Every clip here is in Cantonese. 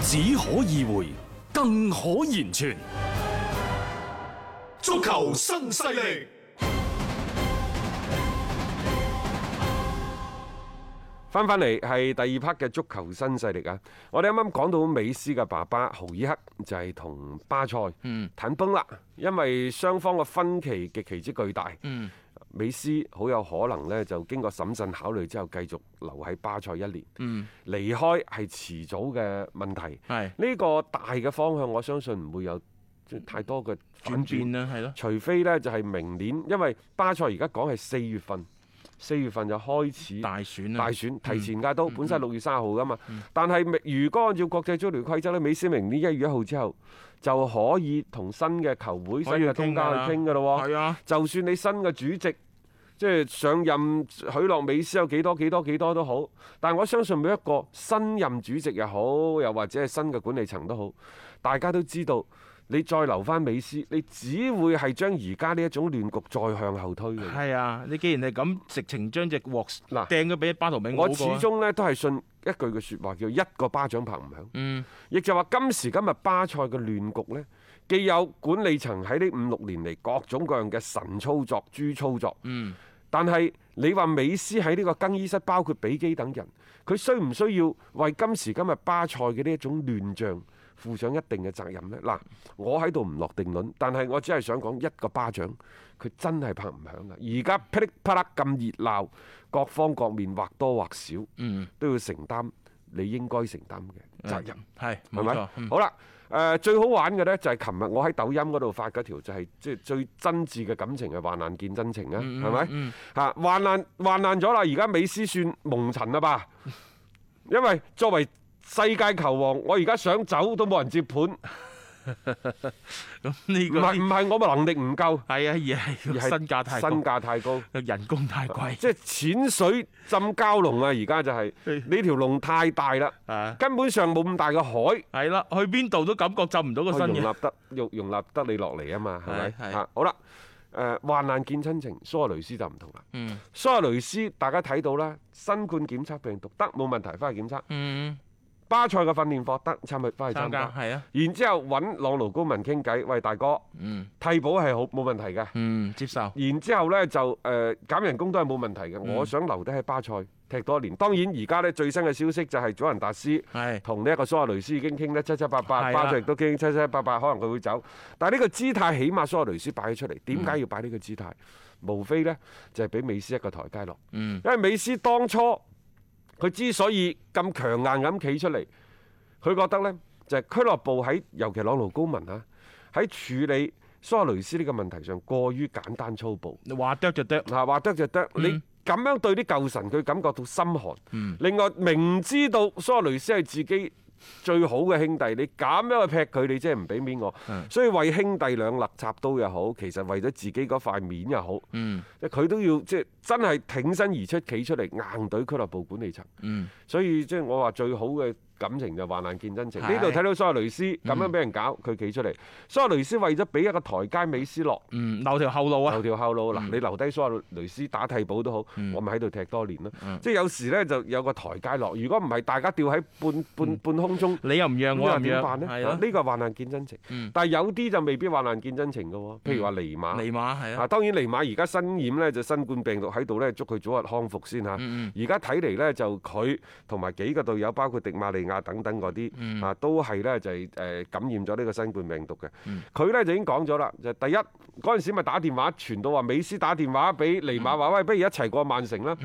只可意會，更可言傳。足球新勢力。翻翻嚟係第二 part 嘅足球新勢力啊！我哋啱啱講到美斯嘅爸爸豪爾克就係同巴塞嗯坦崩啦，因為雙方嘅分歧極其之巨大。嗯美斯好有可能呢，就經過審慎考慮之後，繼續留喺巴塞一年。離開係遲早嘅問題。嗯係呢個大嘅方向，我相信唔會有即係太多嘅反轉轉變啦，係咯，除非呢，就係明年，因為巴塞而家講係四月份，四月份就開始大選啊嗯啦，大選提前㗎都，本嗯身係六月三號㗎嘛。但係如果按照國際足聯規則呢，美斯明年一月一號之後就可以同新嘅球會、新可以嘅東家去傾㗎咯喎。係啊，就算你新嘅主席即係上任許諾美斯有幾多幾多幾多都好，但我相信每一個新任主席又好，又或者係新嘅管理層都好，大家都知道。你再留翻美斯，你只會係將而家呢一種亂局再向後推嘅。係啊，你既然係咁，直情將隻鑊嗱掟咗俾巴圖美我奧始嗰個啊終呢都係信一句嘅説話，叫一個巴掌拍唔響。嗯亦就話今時今日巴塞嘅亂局呢，既有管理層喺呢五六年嚟各種各樣嘅神操作、豬操作，嗯但係你話美斯喺呢個更衣室，包括比基等人，佢需唔需要為今時今日巴塞嘅呢一種亂象負上一定嘅責任呢？嗱，我喺度唔落定論，但係我只係想講一個巴掌，佢真係拍唔響嘅。而家噼里啪啦咁熱鬧，各方各面或多或少嗯，都要承擔你應該承擔嘅責任。係係冇錯咪？？嗯好啦，誒、最好玩嘅呢就係琴日我喺抖音嗰度發嗰條就係即係最真摯嘅感情係患難見真情啊，係咪、嗯嚇患難患難咗啦，而家美斯算蒙塵啦吧？因為作為世界球王，我而家想走都冇人接盤，唔咁呢個係唔係我嘅能力唔夠，係啊，而係而個係身價太高身，價太高。個人工太貴，即係淺水浸蛟龍啊！而家就係、呢條龍太大啦，啊根本上冇咁大嘅海，係啦，去邊度都感覺浸唔到個我身容嘅，納得容容納得你落嚟啊嘛，係咪？係係嚇好啦，誒患難見親情，蘇亞雷斯就唔同啦。嗯蘇亞雷斯大家睇到啦，新冠檢測病毒得冇問題，翻去檢測。嗯，巴塞嘅訓練課得，參去翻去參參加加。係啊，然之後揾朗奴高文傾偈，喂大哥，嗯替補係好冇問題嘅。嗯，接受然之後呢，就誒、呃、減人工都係冇問題嘅。我想留低喺巴塞踢多一年。當然而家呢，最新嘅消息就係祖雲達斯。係同呢一個蘇亞雷斯已經傾得七七八八，係啦巴塞亦都傾七七八八，可能佢會走。但係呢個姿態，起碼蘇亞雷斯擺咗出嚟，嗯點解要擺呢個姿態？無非呢，就係俾美斯一個台階落，嗯因為美斯當初佢之所以咁強硬咁企出嚟，佢覺得呢，就係俱樂部喺尤其朗奴高文啊，喺處理蘇亞雷斯呢個問題上過於簡單粗暴。話啄就嗯啄，嗱，話得就得，你咁樣對啲舊神，佢感覺到心寒。嗯另外，明知道蘇亞雷斯係自己最好嘅兄弟，你咁樣去劈佢，你真係唔俾面我。嗯所以為兄弟兩肋插刀又好，其實為咗自己嗰塊面又好，嗯即係佢都要即係真係挺身而出，企出嚟硬對俱樂部管理層。嗯所以即係我話最好嘅感情就患難見真情。係嗯呢度睇到蘇亞雷斯咁樣俾人搞，佢企出嚟。蘇亞雷斯為咗俾一個台階美斯落，嗯，留條後路啊留。嗯條後路。嗱，你留低蘇亞雷斯打替補都好，我咪喺度踢多年咯。即係有時呢，就有個台階落，如果唔係大家吊喺半半半空中。你又唔讓，我又咁唔點讓，辦呢？係啊咯，嗯呢個患難見真情，但係有啲就未必患難見真情嘅喎，譬如話尼馬。尼馬係啊，啊，當然尼馬而家身染呢就新冠病毒喺度呢，祝佢早日康復先嚇。嗯而家睇嚟呢，就佢同埋幾個隊友，包括迪馬利亞等等嗰啲、嗯啊，都係呢，就係、誒感染咗呢個新冠病毒嘅。嗯佢呢就已經講咗啦，就第一嗰陣時咪打電話傳到話美斯打電話俾尼嗯馬話、喂，不如一齊過曼城啦。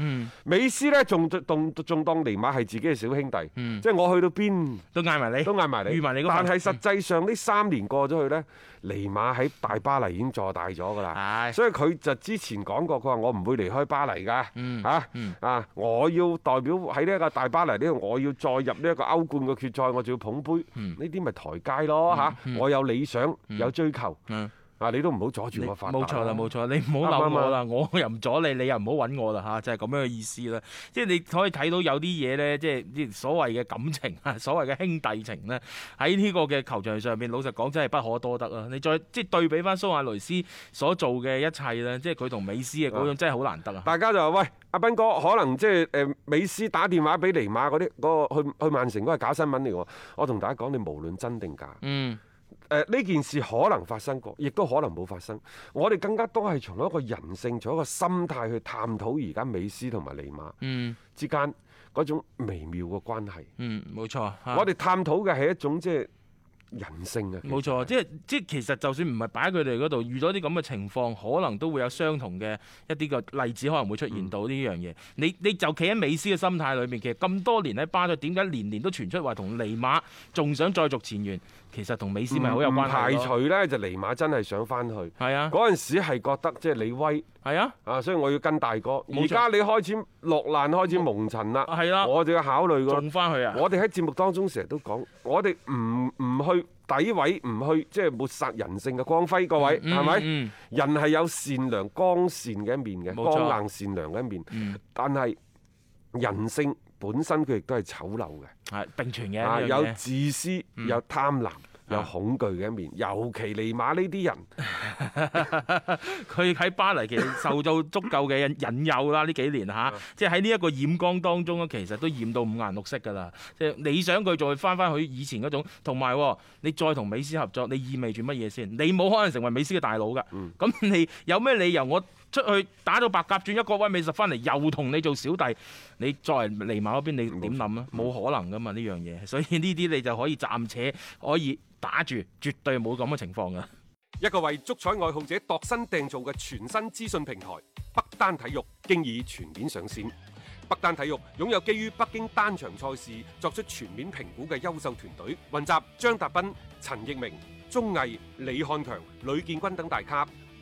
美斯呢仲仲仲當尼馬係自己嘅小兄弟，嗯即係我去到邊。都嗌埋你，都嗌埋你，預埋你嗰但份嗯係實際上呢三年過咗去呢，尼馬喺大巴黎已經坐大咗㗎啦。係所以佢就之前講過，佢話我唔會離開巴黎㗎。嗯嚇啊！我要代表喺呢一個大巴黎呢度，我要再入呢一個歐冠嘅決賽，我仲要捧杯。呢啲咪台階咯嚇！我有理想，有追求。嗯嗯啊！你都唔好阻住你我發達啊冇錯啦，冇錯，你唔好啱鬧啱啊我啦，我 又唔阻你，你又唔好揾我啦嚇，就係咁樣嘅意思啦。即係你可以睇到有啲嘢咧，即係啲所謂嘅感情啊，所謂嘅兄弟情咧，喺呢個嘅球場上面，老實講真係不可多得啊啦。你再即係對比翻蘇亞雷斯所做嘅一切咧，即係佢同美斯嘅嗰種真係好難得啊。大家就話：喂，阿斌哥，可能即係誒美斯打電話俾尼馬嗰啲，嗰、個去去曼城嗰個係假新聞嚟喎。我同大家講，你無論真定假，誒呢、嗯，件事可能發生過，亦都可能冇發生。我哋更加多係從一個人性，從一個心態去探討而家美斯同埋尼馬嗯之間嗰種微妙嘅關係。嗯，冇錯。啊我哋探討嘅係一種即係人性啊。其實冇錯，即係即係其實就算唔係擺喺佢哋嗰度，遇到啲咁嘅情況，可能都會有相同嘅一啲個例子，可能會出嗯現到呢樣嘢。你你就企喺美斯嘅心態裏面，其實咁多年喺巴塞，點解年年都傳出話同尼馬仲想再續前緣？其實同美斯咪好有唔關排係咯。除呢，就尼馬真係想翻去。係啊，嗰陣時係覺得即係李威。係啊，啊，所以我要跟大哥。而冇錯家你開始落難，開始蒙塵啦，啊係啦我就要考慮噶啦仲。翻去啊，我哋喺節目當中成日都講，我哋唔唔去詆毀，唔去即係抹殺人性嘅光輝，各位嗯係咪？嗯人係有善良光善嘅一面嘅，冇錯光硬善良嘅一面，嗯但係人性本身佢亦都係醜陋嘅。係並存嘅啊，呢樣有嘢嗯自私，有貪婪。有恐懼嘅一面，尤其尼馬呢啲人， 佢喺巴黎其實受到足夠嘅引引誘啦，呢幾年嚇，即係喺呢一個染缸當中咧，啊其實都染到五顏六色㗎啦。即係你想佢再翻翻去以前嗰種，同埋喎你再同美斯合作，你意味住乜嘢先？你冇可能成為美斯嘅大佬㗎。咁、你有咩理由我出去打到白甲轉一個威美十翻嚟，又同你做小弟？你作為尼馬嗰邊，你點諗啊？冇可能㗎嘛呢樣嘢，所以呢啲你就可以暫且可以打住，絕對冇咁嘅情況㗎。一個為足彩愛好者度身訂造嘅全新資訊平台北單體育，經已全面上線。北單體育擁有基於北京單場賽事作出全面評估嘅優秀團隊，雲集張達斌、陳奕明、鐘毅、李漢強、呂建軍等大咖，